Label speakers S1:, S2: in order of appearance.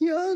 S1: Ya